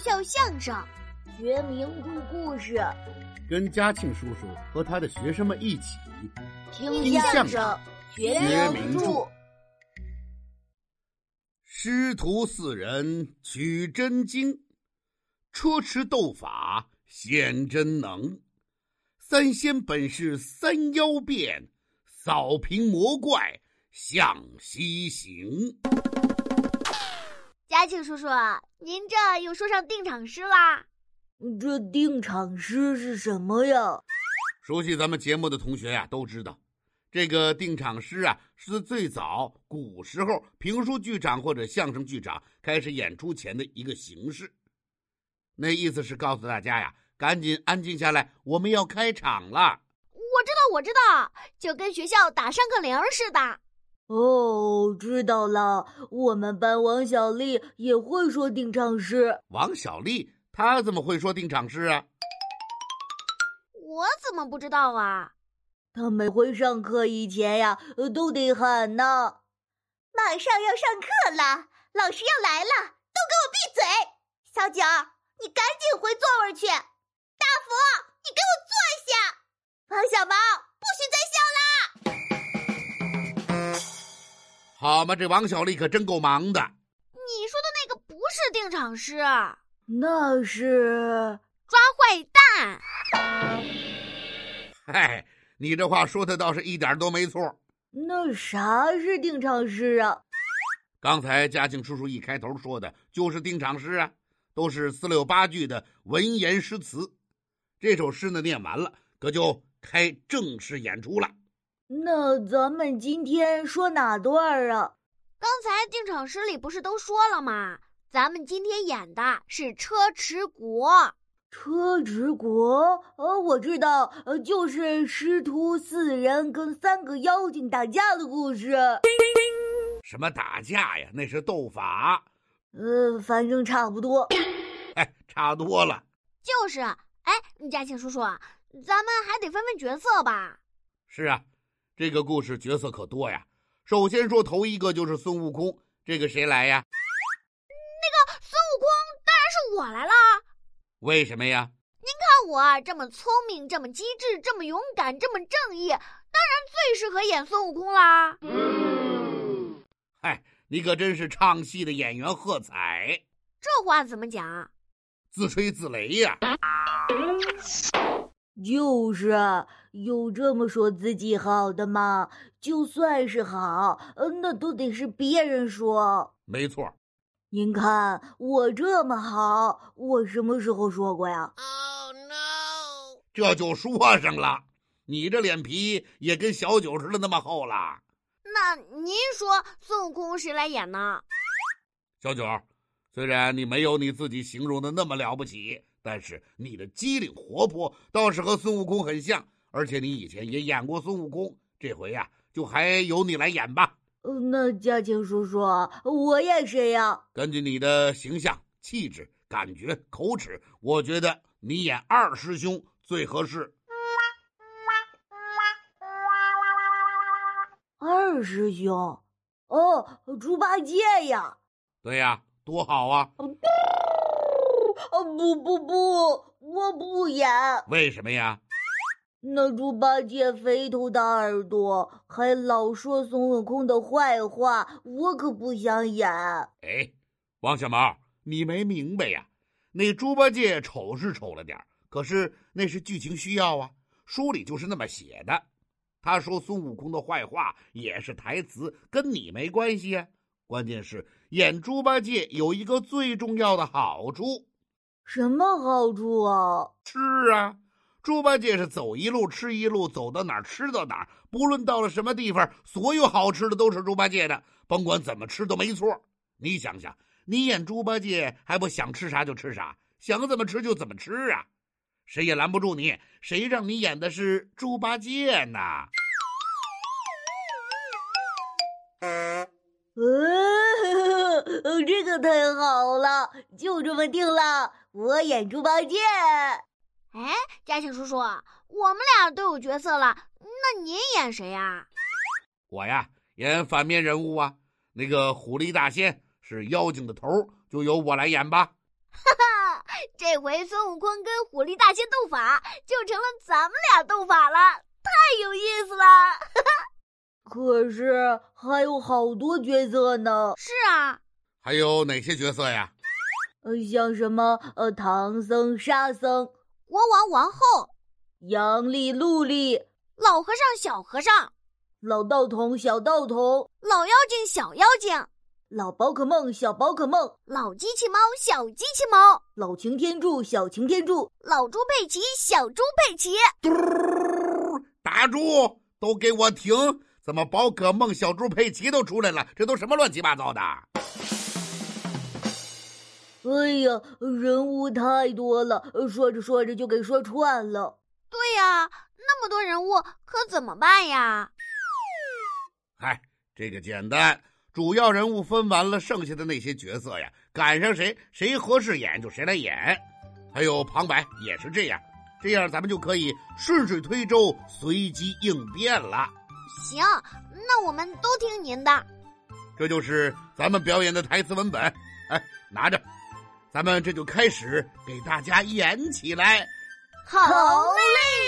笑相声、学名故故事，跟嘉庆叔叔和他的学生们一起听相相声声、学学名名著著。师徒四人取真经，车迟斗法显真能。三仙本是三妖变，扫平魔怪向西行。嘉庆叔叔，您这又说上定场诗啦？这定场诗是什么呀？熟悉咱们节目的同学呀、都知道，这个定场诗啊是最早古时候评书剧场或者相声剧场开始演出前的一个形式。那意思是告诉大家呀，赶紧安静下来，我们要开场了。我知道，我知道，就跟学校打上课铃儿似的。哦，知道了，我们班王小丽也会说定场诗。王小利他怎么会说定场诗啊？我怎么不知道啊？她每回上课以前呀，呃都得喊呢。马上要上课了，老师要来了，都给我闭嘴！小九儿，你赶紧回座位去。大福，你给我坐下。王小毛，不许再笑了。好嘛，这王小利可真够忙的。你说的那个不是定场诗，那是抓坏蛋。嗨，你这话说的倒是一点都没错。那啥是定场诗啊？刚才嘉庆叔叔一开头说的就是定场诗啊，都是四六八句的文言诗词。这首诗呢念完了，可就开正式演出了。那咱们今天说哪段儿啊？刚才定场诗里不是都说了吗？咱们今天演的是车迟国。车迟国，呃，我知道，呃，就是师徒四人跟三个妖精打架的故事。什么打架呀？那是斗法，呃，反正差不多。哎，差多了。就是，哎，嘉庆叔叔，咱们还得分分角色吧？是啊，这个故事角色可多呀。首先说头一个就是孙悟空，这个谁来呀？孙悟空当然是我来啦！为什么呀？看我这么聪明，这么机智，这么勇敢，这么正义，当然最适合演孙悟空啦。嗨，你可真是唱戏的演员喝彩，这话怎么讲？自吹自擂呀、就是啊有这么说自己好的吗？就算是好，呃，那都得是别人说。没错儿，您看我这么好，我什么时候说过呀？ Oh no！这就说上了。你这脸皮也跟小九似的那么厚了。那您说孙悟空谁来演呢？小九，虽然你没有你自己形容的那么了不起，但是你的机灵活泼倒是和孙悟空很像，而且你以前也演过孙悟空，这回呀、就还由你来演吧。呃，那嘉庆叔叔，我演谁呀？根据你的形象、气质、感觉、口齿，我觉得你演二师兄最合适。二师兄，哦，猪八戒呀！对呀、多好啊！哦，不不不，我不演。为什么呀？那猪八戒肥头大耳朵，还老说孙悟空的坏话，我可不想演。哎，王小毛，你没明白呀？那猪八戒丑是丑了点儿可是那是剧情需要啊，书里就是那么写的。他说孙悟空的坏话也是台词，跟你没关系啊。关键是演猪八戒有一个最重要的好处，什么好处啊？ 吃啊。猪八戒是走一路吃一路，走到哪儿吃到哪儿，不论到了什么地方，所有好吃的都是猪八戒的，甭管怎么吃都没错。你想想，你演猪八戒还不想吃啥就吃啥，想怎么吃就怎么吃啊，谁也拦不住你，谁让你演的是猪八戒呢？呃，这个太好了，就这么定了，我演猪八戒。哎，嘉庆叔叔，我们俩都有角色了，那您演谁呀、我呀演反面人物啊，那个狐狸大仙是妖精的头儿，就由我来演吧。哈哈，这回孙悟空跟狐狸大仙斗法，就成了咱们俩斗法了，太有意思了！可是还有好多角色呢，是啊，还有哪些角色呀？呃，像什么呃唐僧、沙僧、国王、王后、杨丽、陆丽、老和尚、小和尚、老道童、小道童、老妖精、小妖精、老宝可梦、小宝可梦、老机器猫、小机器猫、老擎天柱、小擎天柱。老猪佩奇、小猪佩奇。嘟儿，打住！都给我停！怎么宝可梦、小猪佩奇都出来了？这都什么乱七八糟的？哎呀，人物太多了，呃说着说着就给说串了。对呀、那么多人物，可怎么办呀？嗨，这个简单，主要人物分完了，剩下的那些角色呀，赶上谁谁合适演就谁来演，还有旁白也是这样，这样咱们就可以顺水推舟，随机应变了。行，那我们都听您的。这就是咱们表演的台词文本，哎，拿着，咱们这就开始给大家演起来。好嘞！